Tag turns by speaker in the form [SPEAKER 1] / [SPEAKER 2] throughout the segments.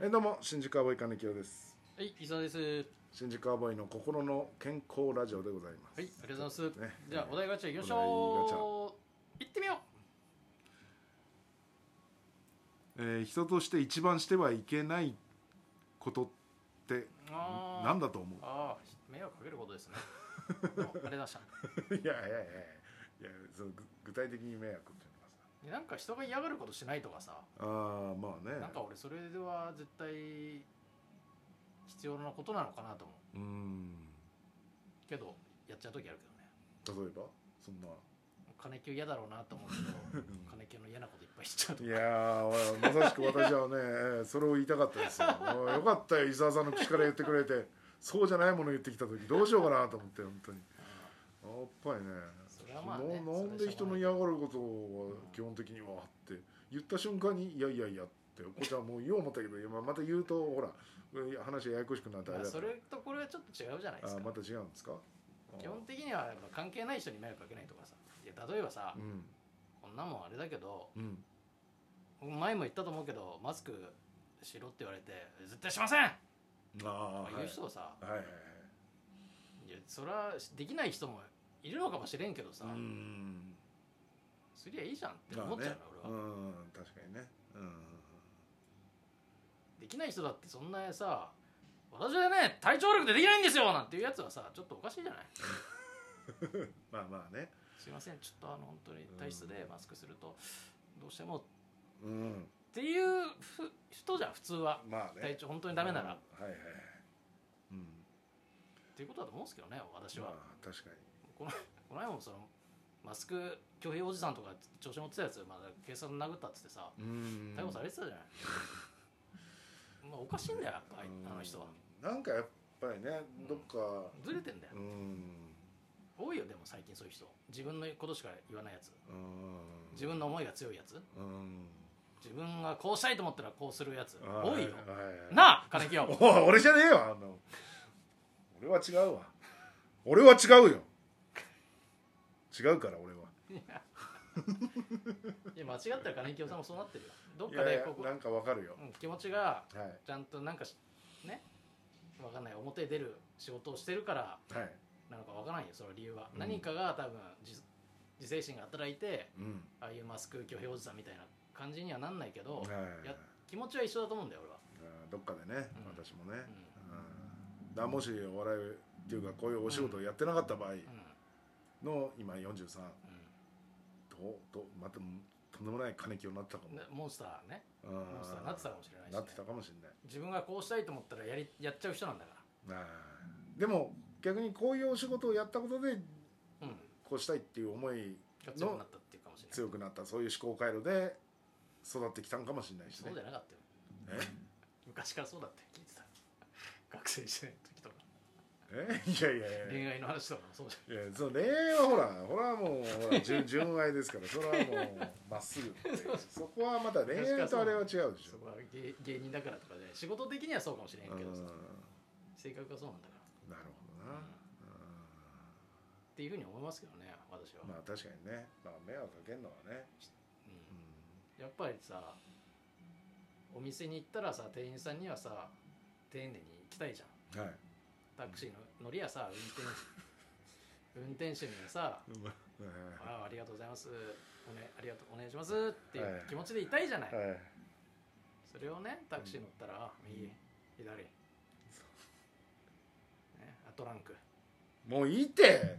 [SPEAKER 1] えーどうも新宿アボイ金城です
[SPEAKER 2] はい、伊沢です。は
[SPEAKER 1] 新宿アボイの心の健康ラジオでございます
[SPEAKER 2] い、ありがとうございます。
[SPEAKER 1] ね
[SPEAKER 2] じゃあ、お題ガチャ行きまし
[SPEAKER 1] お題ガチャ
[SPEAKER 2] ょう。行ってみよ
[SPEAKER 1] えー人として一番してはいけないことって
[SPEAKER 2] う。あー
[SPEAKER 1] なんだと思
[SPEAKER 2] あー、迷惑かけることですね。どうもありがとうございました。
[SPEAKER 1] ういやいやいやいやいやそのぐ具体的に迷惑っていうのはさ
[SPEAKER 2] で なんか人が嫌がることしないとかさ、
[SPEAKER 1] ああまあね
[SPEAKER 2] なんか俺それでは絶対必要なことなのかなと思
[SPEAKER 1] うーん
[SPEAKER 2] う。けど、やっちゃう時あるけどね。
[SPEAKER 1] 例えばそんな
[SPEAKER 2] 金球嫌だろうなと思うけ ど、金球の嫌なこといっぱいしちゃうと
[SPEAKER 1] い
[SPEAKER 2] か。
[SPEAKER 1] やーおいまさしく私はね えーそれを言いたかったですよおいよかったよ伊沢さんの口から言ってくれてそうじゃないもの言ってきた時どうしようかなと思って本当にやっぱりね
[SPEAKER 2] それはまあね
[SPEAKER 1] ななんで人の嫌がることは基本的にはって言った瞬間に「いやいやいや」ってこっちはもう言おう思ったけど今また言うとほら話がややこしくなってあ
[SPEAKER 2] ま
[SPEAKER 1] れだ
[SPEAKER 2] あ
[SPEAKER 1] か
[SPEAKER 2] そ
[SPEAKER 1] ら
[SPEAKER 2] れとこれはちょっと違うじゃないです
[SPEAKER 1] あ
[SPEAKER 2] か。
[SPEAKER 1] また違うんですか
[SPEAKER 2] 基本的にはやっぱ関係ない人に迷惑かけないとかさ。いや、例えばさ
[SPEAKER 1] う、ん
[SPEAKER 2] こんなもんあれだけど、
[SPEAKER 1] うん
[SPEAKER 2] 前も言ったと思うけどマスクしろって言われて絶対しません、
[SPEAKER 1] ああはい
[SPEAKER 2] 言う人をさ
[SPEAKER 1] はいはいはい
[SPEAKER 2] いやそれはできない人もいるのかもしれんけどさ、
[SPEAKER 1] うん
[SPEAKER 2] すりゃいいじゃんって
[SPEAKER 1] まあ
[SPEAKER 2] 思っちゃう
[SPEAKER 1] ね
[SPEAKER 2] の、
[SPEAKER 1] う
[SPEAKER 2] 俺は、
[SPEAKER 1] ん確かにねうん
[SPEAKER 2] できない人だってそんなさ私はね体調力でできないんですよなんていうやつはさちょっとおかしいじゃない
[SPEAKER 1] まあまあね
[SPEAKER 2] すいませんちょっとあの本当に体質でマスクするとどうしてもっ
[SPEAKER 1] うん
[SPEAKER 2] ていうふ人じゃん普通は
[SPEAKER 1] まあね
[SPEAKER 2] 体調本当にダメなら、っ
[SPEAKER 1] うんはいはいはいうん
[SPEAKER 2] ていうことだと思うんですけどね私は、
[SPEAKER 1] まあ確かに
[SPEAKER 2] このこの間もそのマスク拒否おじさんとか調子乗ってたやつ、まあ、警察殴ったっつってさ
[SPEAKER 1] うん
[SPEAKER 2] 逮捕されて たじゃない、まあおかしいんだよやっぱあい
[SPEAKER 1] うん
[SPEAKER 2] あの人は
[SPEAKER 1] なんかやっぱりねどっか
[SPEAKER 2] ずれてんだよ
[SPEAKER 1] う、ん
[SPEAKER 2] 多いよでも最近そういう人自分のことしか言わないやつ
[SPEAKER 1] うん
[SPEAKER 2] 自分の思いが強いやつ
[SPEAKER 1] うん
[SPEAKER 2] 自分がこうしたいと思ったらこうするやつ
[SPEAKER 1] は
[SPEAKER 2] 多いよ
[SPEAKER 1] はは
[SPEAKER 2] なあ金木よ
[SPEAKER 1] おい俺じゃねえよあの俺は違うわ俺は違うよ違うから俺はい
[SPEAKER 2] や間違ったら金木よさんもそうなってるよどっ
[SPEAKER 1] い
[SPEAKER 2] か
[SPEAKER 1] やい
[SPEAKER 2] で
[SPEAKER 1] や
[SPEAKER 2] ここ
[SPEAKER 1] なんかわかるよ
[SPEAKER 2] うん気持ちが
[SPEAKER 1] はい
[SPEAKER 2] ちゃんとなんかしねわかんない表へ出る仕事をしてるから
[SPEAKER 1] はい
[SPEAKER 2] なのかわからないよその理由は、
[SPEAKER 1] うん
[SPEAKER 2] 何かが多分自自制心が働いて
[SPEAKER 1] うん
[SPEAKER 2] ああいうマスク拒否おじさんみたいな感じにはなんないけど、
[SPEAKER 1] はい
[SPEAKER 2] や気持ちは一緒だと思うんだよ俺は、
[SPEAKER 1] あーどっかでね
[SPEAKER 2] うん
[SPEAKER 1] 私もね
[SPEAKER 2] うん
[SPEAKER 1] うんだからもしお笑いっていうかこういうお仕事をやってなかった場合の今43ととまたとんでもない金気になってたか
[SPEAKER 2] うんうん
[SPEAKER 1] も
[SPEAKER 2] ねモンスターね
[SPEAKER 1] うん
[SPEAKER 2] モンスターになってたかもしれないし、ね、
[SPEAKER 1] なってたかもしれない
[SPEAKER 2] 自分がこうしたいと思ったらやりやっちゃう人なんだか
[SPEAKER 1] あーでも逆にこういうお仕事をやったことで
[SPEAKER 2] ら、うん、
[SPEAKER 1] こうしたいっていう思い
[SPEAKER 2] が強くなったっていうかもしれない
[SPEAKER 1] 強くなったそういう思考回路で育ってきたんかもしれないし
[SPEAKER 2] そ
[SPEAKER 1] ね
[SPEAKER 2] うじゃなかった
[SPEAKER 1] え
[SPEAKER 2] よ昔からそうだって聞いてた 学生時代の時とか
[SPEAKER 1] えいやいやい
[SPEAKER 2] 恋愛の話とかもそうじ
[SPEAKER 1] やいやその恋愛はほらほらもうほら純純愛ですからそれはもうまっすぐっていうそこはまた恋愛とあれは違うでし
[SPEAKER 2] ゃんそ
[SPEAKER 1] ょ
[SPEAKER 2] こは芸芸人だからとかで仕事的にはそうかもしれん
[SPEAKER 1] うん
[SPEAKER 2] けどさ性格がそうなんだか
[SPEAKER 1] なるほど
[SPEAKER 2] ら、
[SPEAKER 1] な
[SPEAKER 2] うんっていうふうに思いますけどね私は、
[SPEAKER 1] うんまあ確かにね、まあ、迷惑かけるのはね、
[SPEAKER 2] うんやっぱりさお店に行ったらさ店員さんにはさ丁寧に行きたいじゃん
[SPEAKER 1] うん、はい
[SPEAKER 2] タクシーの乗りやさ 運転運転手にはさ「ああありがとうございますお,、ね、ありがとうお願いします」っていう気持ちでいたいじゃない、
[SPEAKER 1] はいはい
[SPEAKER 2] それをねタクシー乗ったら「右左」ね、あトランク
[SPEAKER 1] もういいって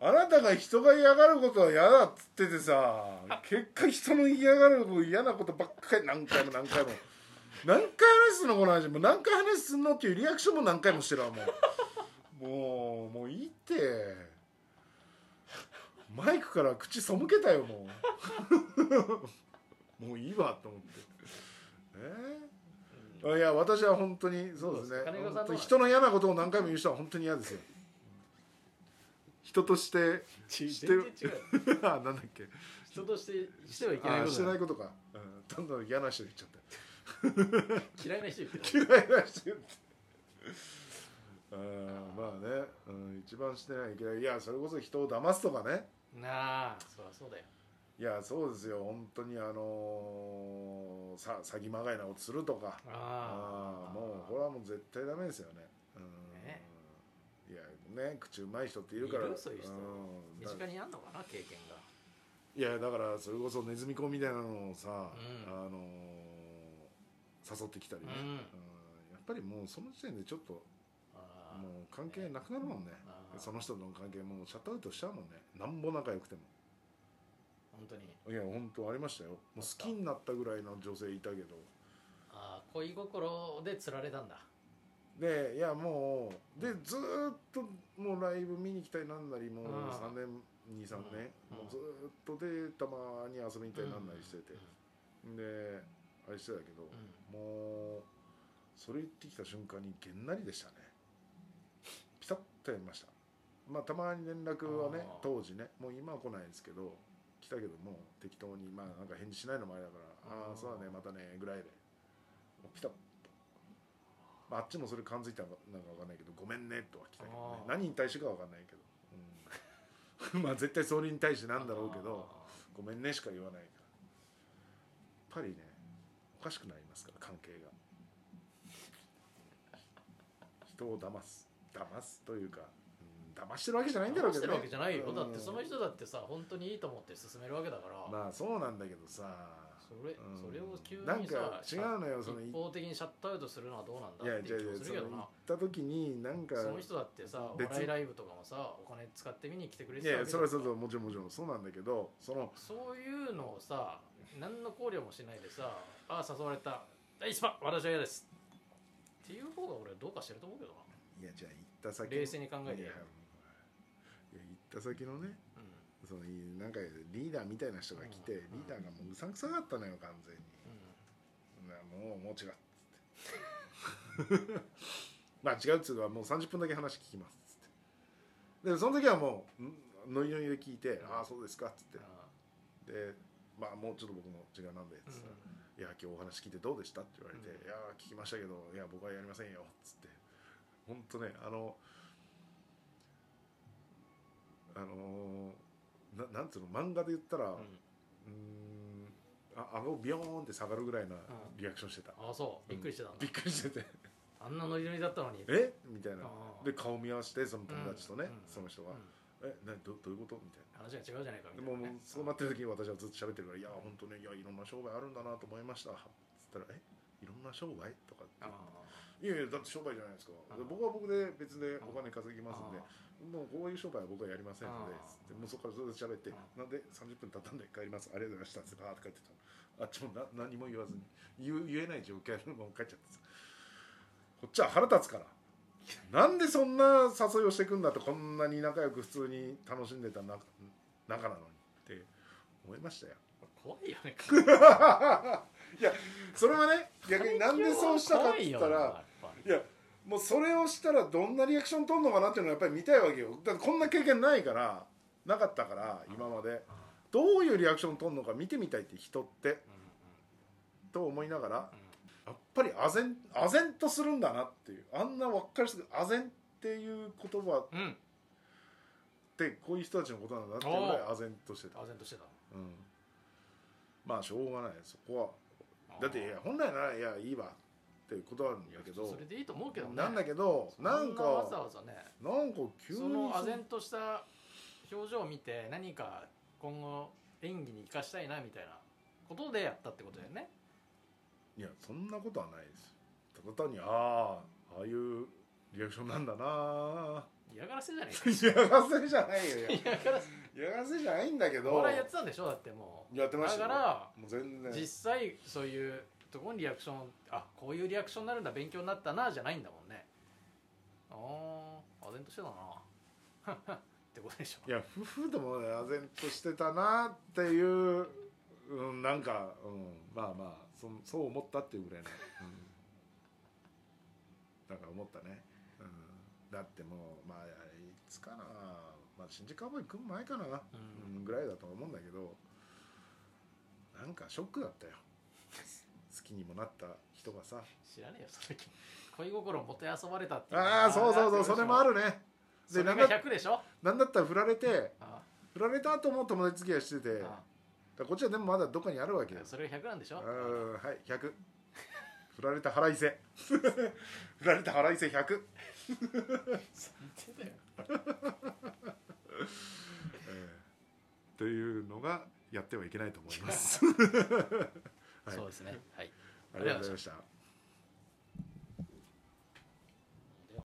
[SPEAKER 1] あなたが人が嫌がることは嫌だっつっててさ結果人の嫌がること嫌なことばっかり何回も何回も何回話すのこの話もう何回話すんのっていうリアクションも何回もしてるわもうもうもういいってマイクから口背けたよもう もういいわと思ってえー
[SPEAKER 2] うん
[SPEAKER 1] いや私は本当にそうですね
[SPEAKER 2] 金子さんの
[SPEAKER 1] 本当に人の嫌なことを何回も言う人は本当に嫌ですよ人として
[SPEAKER 2] 全
[SPEAKER 1] して
[SPEAKER 2] 然違 う
[SPEAKER 1] あなんだっけ
[SPEAKER 2] 人としてしてはいけない
[SPEAKER 1] あ
[SPEAKER 2] こ
[SPEAKER 1] して
[SPEAKER 2] と
[SPEAKER 1] な
[SPEAKER 2] だ
[SPEAKER 1] いことか、うん、どんどん嫌な人言っちゃって
[SPEAKER 2] 嫌いな人いるけ ど
[SPEAKER 1] 嫌いな人言ってうんまあね、うん、一番してないといけないいやそれこそ人を騙すとかね
[SPEAKER 2] なあそりゃそうだよ
[SPEAKER 1] いやそうですよ本当にあのーのさ詐欺まがいなことするとかあ
[SPEAKER 2] あ
[SPEAKER 1] あ
[SPEAKER 2] あ
[SPEAKER 1] もうこれはもう絶対ダメですよねうん
[SPEAKER 2] ね
[SPEAKER 1] いやね口うまい人っているから
[SPEAKER 2] いるそういう人
[SPEAKER 1] ん
[SPEAKER 2] 身
[SPEAKER 1] だ
[SPEAKER 2] 近にあんのかな経験が
[SPEAKER 1] いやだからそれこそネズミ子みたいなのをさ、
[SPEAKER 2] ん
[SPEAKER 1] あのー誘ってきたりね、
[SPEAKER 2] うん
[SPEAKER 1] うんやっぱりもうその時点でちょっと
[SPEAKER 2] あー
[SPEAKER 1] もう関係なくなるもんね
[SPEAKER 2] あー
[SPEAKER 1] その人との関係もうシャットアウトしちゃうもんねなんぼ仲良くても
[SPEAKER 2] 本当に
[SPEAKER 1] いや本当ありましたよもう好きになったぐらいの女性いたけど
[SPEAKER 2] ああ恋心で釣られたんだ
[SPEAKER 1] でいやもうでずーっともうライブ見に行きたいなんなりもう
[SPEAKER 2] うん
[SPEAKER 1] 3年23年、
[SPEAKER 2] うん
[SPEAKER 1] もうずーっとでたまに遊びに行ったりなんなりしてて、であれしてたけど、
[SPEAKER 2] うんうん
[SPEAKER 1] もうそれ言ってきた瞬間にげんなりでしたねピタッとやりましたまあたまに連絡はね
[SPEAKER 2] あー
[SPEAKER 1] 当時ねもう今は来ないですけど来たけども適当にまあなんか返事しないのもあれだからああ
[SPEAKER 2] あ
[SPEAKER 1] ー
[SPEAKER 2] ー
[SPEAKER 1] そうだねまたねぐらいでもうピタッと、まあ、あっちもそれ感づいたのかなんかわかんないけどごめんねとは来たけどね
[SPEAKER 2] あー
[SPEAKER 1] 何に対してかわかんないけど、うん まあ絶対それに対してなんだろうけど
[SPEAKER 2] あ
[SPEAKER 1] ごめんねしか言わないからやっぱりねおかしくなりますから関係が人を騙す騙すというか、うん、騙してるわけじゃないんだ
[SPEAKER 2] ー
[SPEAKER 1] ろう
[SPEAKER 2] 騙
[SPEAKER 1] けど、
[SPEAKER 2] して
[SPEAKER 1] ね、
[SPEAKER 2] るわけじゃないよ、
[SPEAKER 1] うん
[SPEAKER 2] だってその人だってさ本当にいいと思って進めるわけだから、
[SPEAKER 1] まあそうなんだけどさ
[SPEAKER 2] それ
[SPEAKER 1] うん
[SPEAKER 2] それを急にさ
[SPEAKER 1] なんか違うのよそのい
[SPEAKER 2] 一方的にシャットアウトするのはどうな
[SPEAKER 1] いや
[SPEAKER 2] んだ
[SPEAKER 1] い
[SPEAKER 2] っ
[SPEAKER 1] や
[SPEAKER 2] て
[SPEAKER 1] じゃそ
[SPEAKER 2] いう気もするけ
[SPEAKER 1] の
[SPEAKER 2] ど
[SPEAKER 1] 行
[SPEAKER 2] な
[SPEAKER 1] った時になんか
[SPEAKER 2] その人だってさお
[SPEAKER 1] 別に
[SPEAKER 2] 笑いライブとかもさお金使って見に来てくれ
[SPEAKER 1] い
[SPEAKER 2] てた
[SPEAKER 1] やいや
[SPEAKER 2] わけじゃ
[SPEAKER 1] それ
[SPEAKER 2] ん
[SPEAKER 1] はそうそうもちろんもちろんそうなんだけどその
[SPEAKER 2] そういうのをさ何の考慮もしないでさああ誘われた第一番私は嫌ですっていう方が俺はどうかしてると思うけどない
[SPEAKER 1] やじゃあ行った先の
[SPEAKER 2] 冷静に考えて
[SPEAKER 1] いやいや行った先のね
[SPEAKER 2] うん
[SPEAKER 1] そのなんかリーダーみたいな人が来て、
[SPEAKER 2] う
[SPEAKER 1] リ
[SPEAKER 2] ん
[SPEAKER 1] ーダーがもううさんくさかったのよ完全に、
[SPEAKER 2] う
[SPEAKER 1] なもうもう違うっつって まあ違うっつうのはもう30分だけ話聞きますっつってでその時はもうんノリノリで聞いて「ああそうですか」っつ
[SPEAKER 2] ん
[SPEAKER 1] っ
[SPEAKER 2] あ
[SPEAKER 1] てで「まあもうちょっと僕も時間なんで」っ
[SPEAKER 2] あ
[SPEAKER 1] つって、いや今日お話聞いてどうでした?」って言われて「
[SPEAKER 2] うん
[SPEAKER 1] いや聞きましたけどいや僕はやりませんよ」っつって本当ねあのあのーななんつうの漫画で言ったら、
[SPEAKER 2] うん
[SPEAKER 1] うーんあ顎ビヨーンって下がるぐらいなリアクションしてた、
[SPEAKER 2] ああそうびっくりしてたんだ
[SPEAKER 1] びっくりして て
[SPEAKER 2] あんなノリノリだったのに
[SPEAKER 1] えみたいな
[SPEAKER 2] あー
[SPEAKER 1] で顔見合わせてその友達とね、
[SPEAKER 2] うん
[SPEAKER 1] その人が
[SPEAKER 2] うん
[SPEAKER 1] 「えなどどういうこと?」みたいな。
[SPEAKER 2] 話が違うじゃないかみ
[SPEAKER 1] で
[SPEAKER 2] たいな
[SPEAKER 1] も
[SPEAKER 2] ね
[SPEAKER 1] もうそうなってる時に私はずっと喋ってるから「いや本当ねいやいろんな商売あるんだなと思いました」つったら「えいろんな商売?」とか
[SPEAKER 2] あ
[SPEAKER 1] って「いやいやだって商売じゃないですか
[SPEAKER 2] あ
[SPEAKER 1] で僕は僕で別でお金稼ぎ
[SPEAKER 2] あ
[SPEAKER 1] ますんで
[SPEAKER 2] あ
[SPEAKER 1] もうこういう商売は僕はやりませんので
[SPEAKER 2] あー
[SPEAKER 1] つってもうそこからずっと喋って
[SPEAKER 2] あ
[SPEAKER 1] なんで30分経ったんで帰りますありがとうございましたってバーって帰ってたのあっちもな何も言わずに言う言えない状況でもう帰っちゃってさこっちは腹立つからなんでそんな誘いをしてくんだとこんなに仲良く普通に楽しんでた仲仲なのにって思いましたよ
[SPEAKER 2] 怖いよね
[SPEAKER 1] いやそれはね逆になんでそうしたかっ
[SPEAKER 2] 怖い
[SPEAKER 1] つっ
[SPEAKER 2] よ
[SPEAKER 1] た
[SPEAKER 2] な
[SPEAKER 1] ら
[SPEAKER 2] やっぱ
[SPEAKER 1] いやもうそれをしたらどんなリアクション取るのかなっていうのはやっぱり見たいわけよだってこんな経験ないからなかったから今までどういうリアクション取るのか見てみたいって人って
[SPEAKER 2] うんうん
[SPEAKER 1] と思いながら
[SPEAKER 2] うん
[SPEAKER 1] やっぱり唖然唖然とするんだなっていうあんな分かりやすく唖然っていう言葉
[SPEAKER 2] うん
[SPEAKER 1] ってこういう人たちのことなんだなっていうぐらい
[SPEAKER 2] お
[SPEAKER 1] 唖然としてた、
[SPEAKER 2] 唖然としてた
[SPEAKER 1] うん、まあしょうがないそこはだってい
[SPEAKER 2] い
[SPEAKER 1] や本来ならいやいいわって断るんだ
[SPEAKER 2] や
[SPEAKER 1] け
[SPEAKER 2] そ
[SPEAKER 1] ど
[SPEAKER 2] れでいいと思うけどね
[SPEAKER 1] なんだけど
[SPEAKER 2] そん
[SPEAKER 1] なん
[SPEAKER 2] わざ
[SPEAKER 1] か
[SPEAKER 2] わざね
[SPEAKER 1] なんか急に
[SPEAKER 2] その唖然とした表情を見て何か今後演技に生かしたいなみたいなことでやったってことだよね
[SPEAKER 1] いやそんなことはないですよただ単にああああいうリアクションなんだな
[SPEAKER 2] 嫌がらせじゃないか
[SPEAKER 1] 嫌がらせじゃないよいや
[SPEAKER 2] 嫌がらせ
[SPEAKER 1] 嫌がらせじゃないんだけ
[SPEAKER 2] お
[SPEAKER 1] ど
[SPEAKER 2] 笑いやってたんでしょだってもう
[SPEAKER 1] やってましたよ
[SPEAKER 2] だか
[SPEAKER 1] もう全
[SPEAKER 2] ら
[SPEAKER 1] 然
[SPEAKER 2] 実際そういうところにリアクションあこういうリアクションになるんだ勉強になったなじゃないんだもんねああ唖然としてたな ってことでしょ
[SPEAKER 1] いや夫婦でもね唖然としてたなっていう、うん、なんか、うん、まあまあそそう思ったっていうぐらいの、うん、なんか思ったね、うん、だってもうまあいつかな、まあ、新宿カウボーイ来る前かな、
[SPEAKER 2] ん
[SPEAKER 1] うんぐらいだと思うんだけどなんかショックだったよ好きにもなった人がさ
[SPEAKER 2] 知らねえよその時恋心をもてあそばれたっていう
[SPEAKER 1] ああそうそうそうそれもあ
[SPEAKER 2] る
[SPEAKER 1] るね
[SPEAKER 2] そ
[SPEAKER 1] で
[SPEAKER 2] れ
[SPEAKER 1] な
[SPEAKER 2] が
[SPEAKER 1] んだ
[SPEAKER 2] 100でしょ
[SPEAKER 1] なんだったら振られて
[SPEAKER 2] あ
[SPEAKER 1] 振られた後も友達付き合いしてて
[SPEAKER 2] あ
[SPEAKER 1] らこっちはでもまだどっかにあるわけよ
[SPEAKER 2] それが100なんでしょ
[SPEAKER 1] うんはい100振られた腹いせ 振られた腹いせ100、
[SPEAKER 2] 最低だよ
[SPEAKER 1] えーというのがやってはいけないと思いますはい
[SPEAKER 2] そうですねはい
[SPEAKER 1] ありがとうございました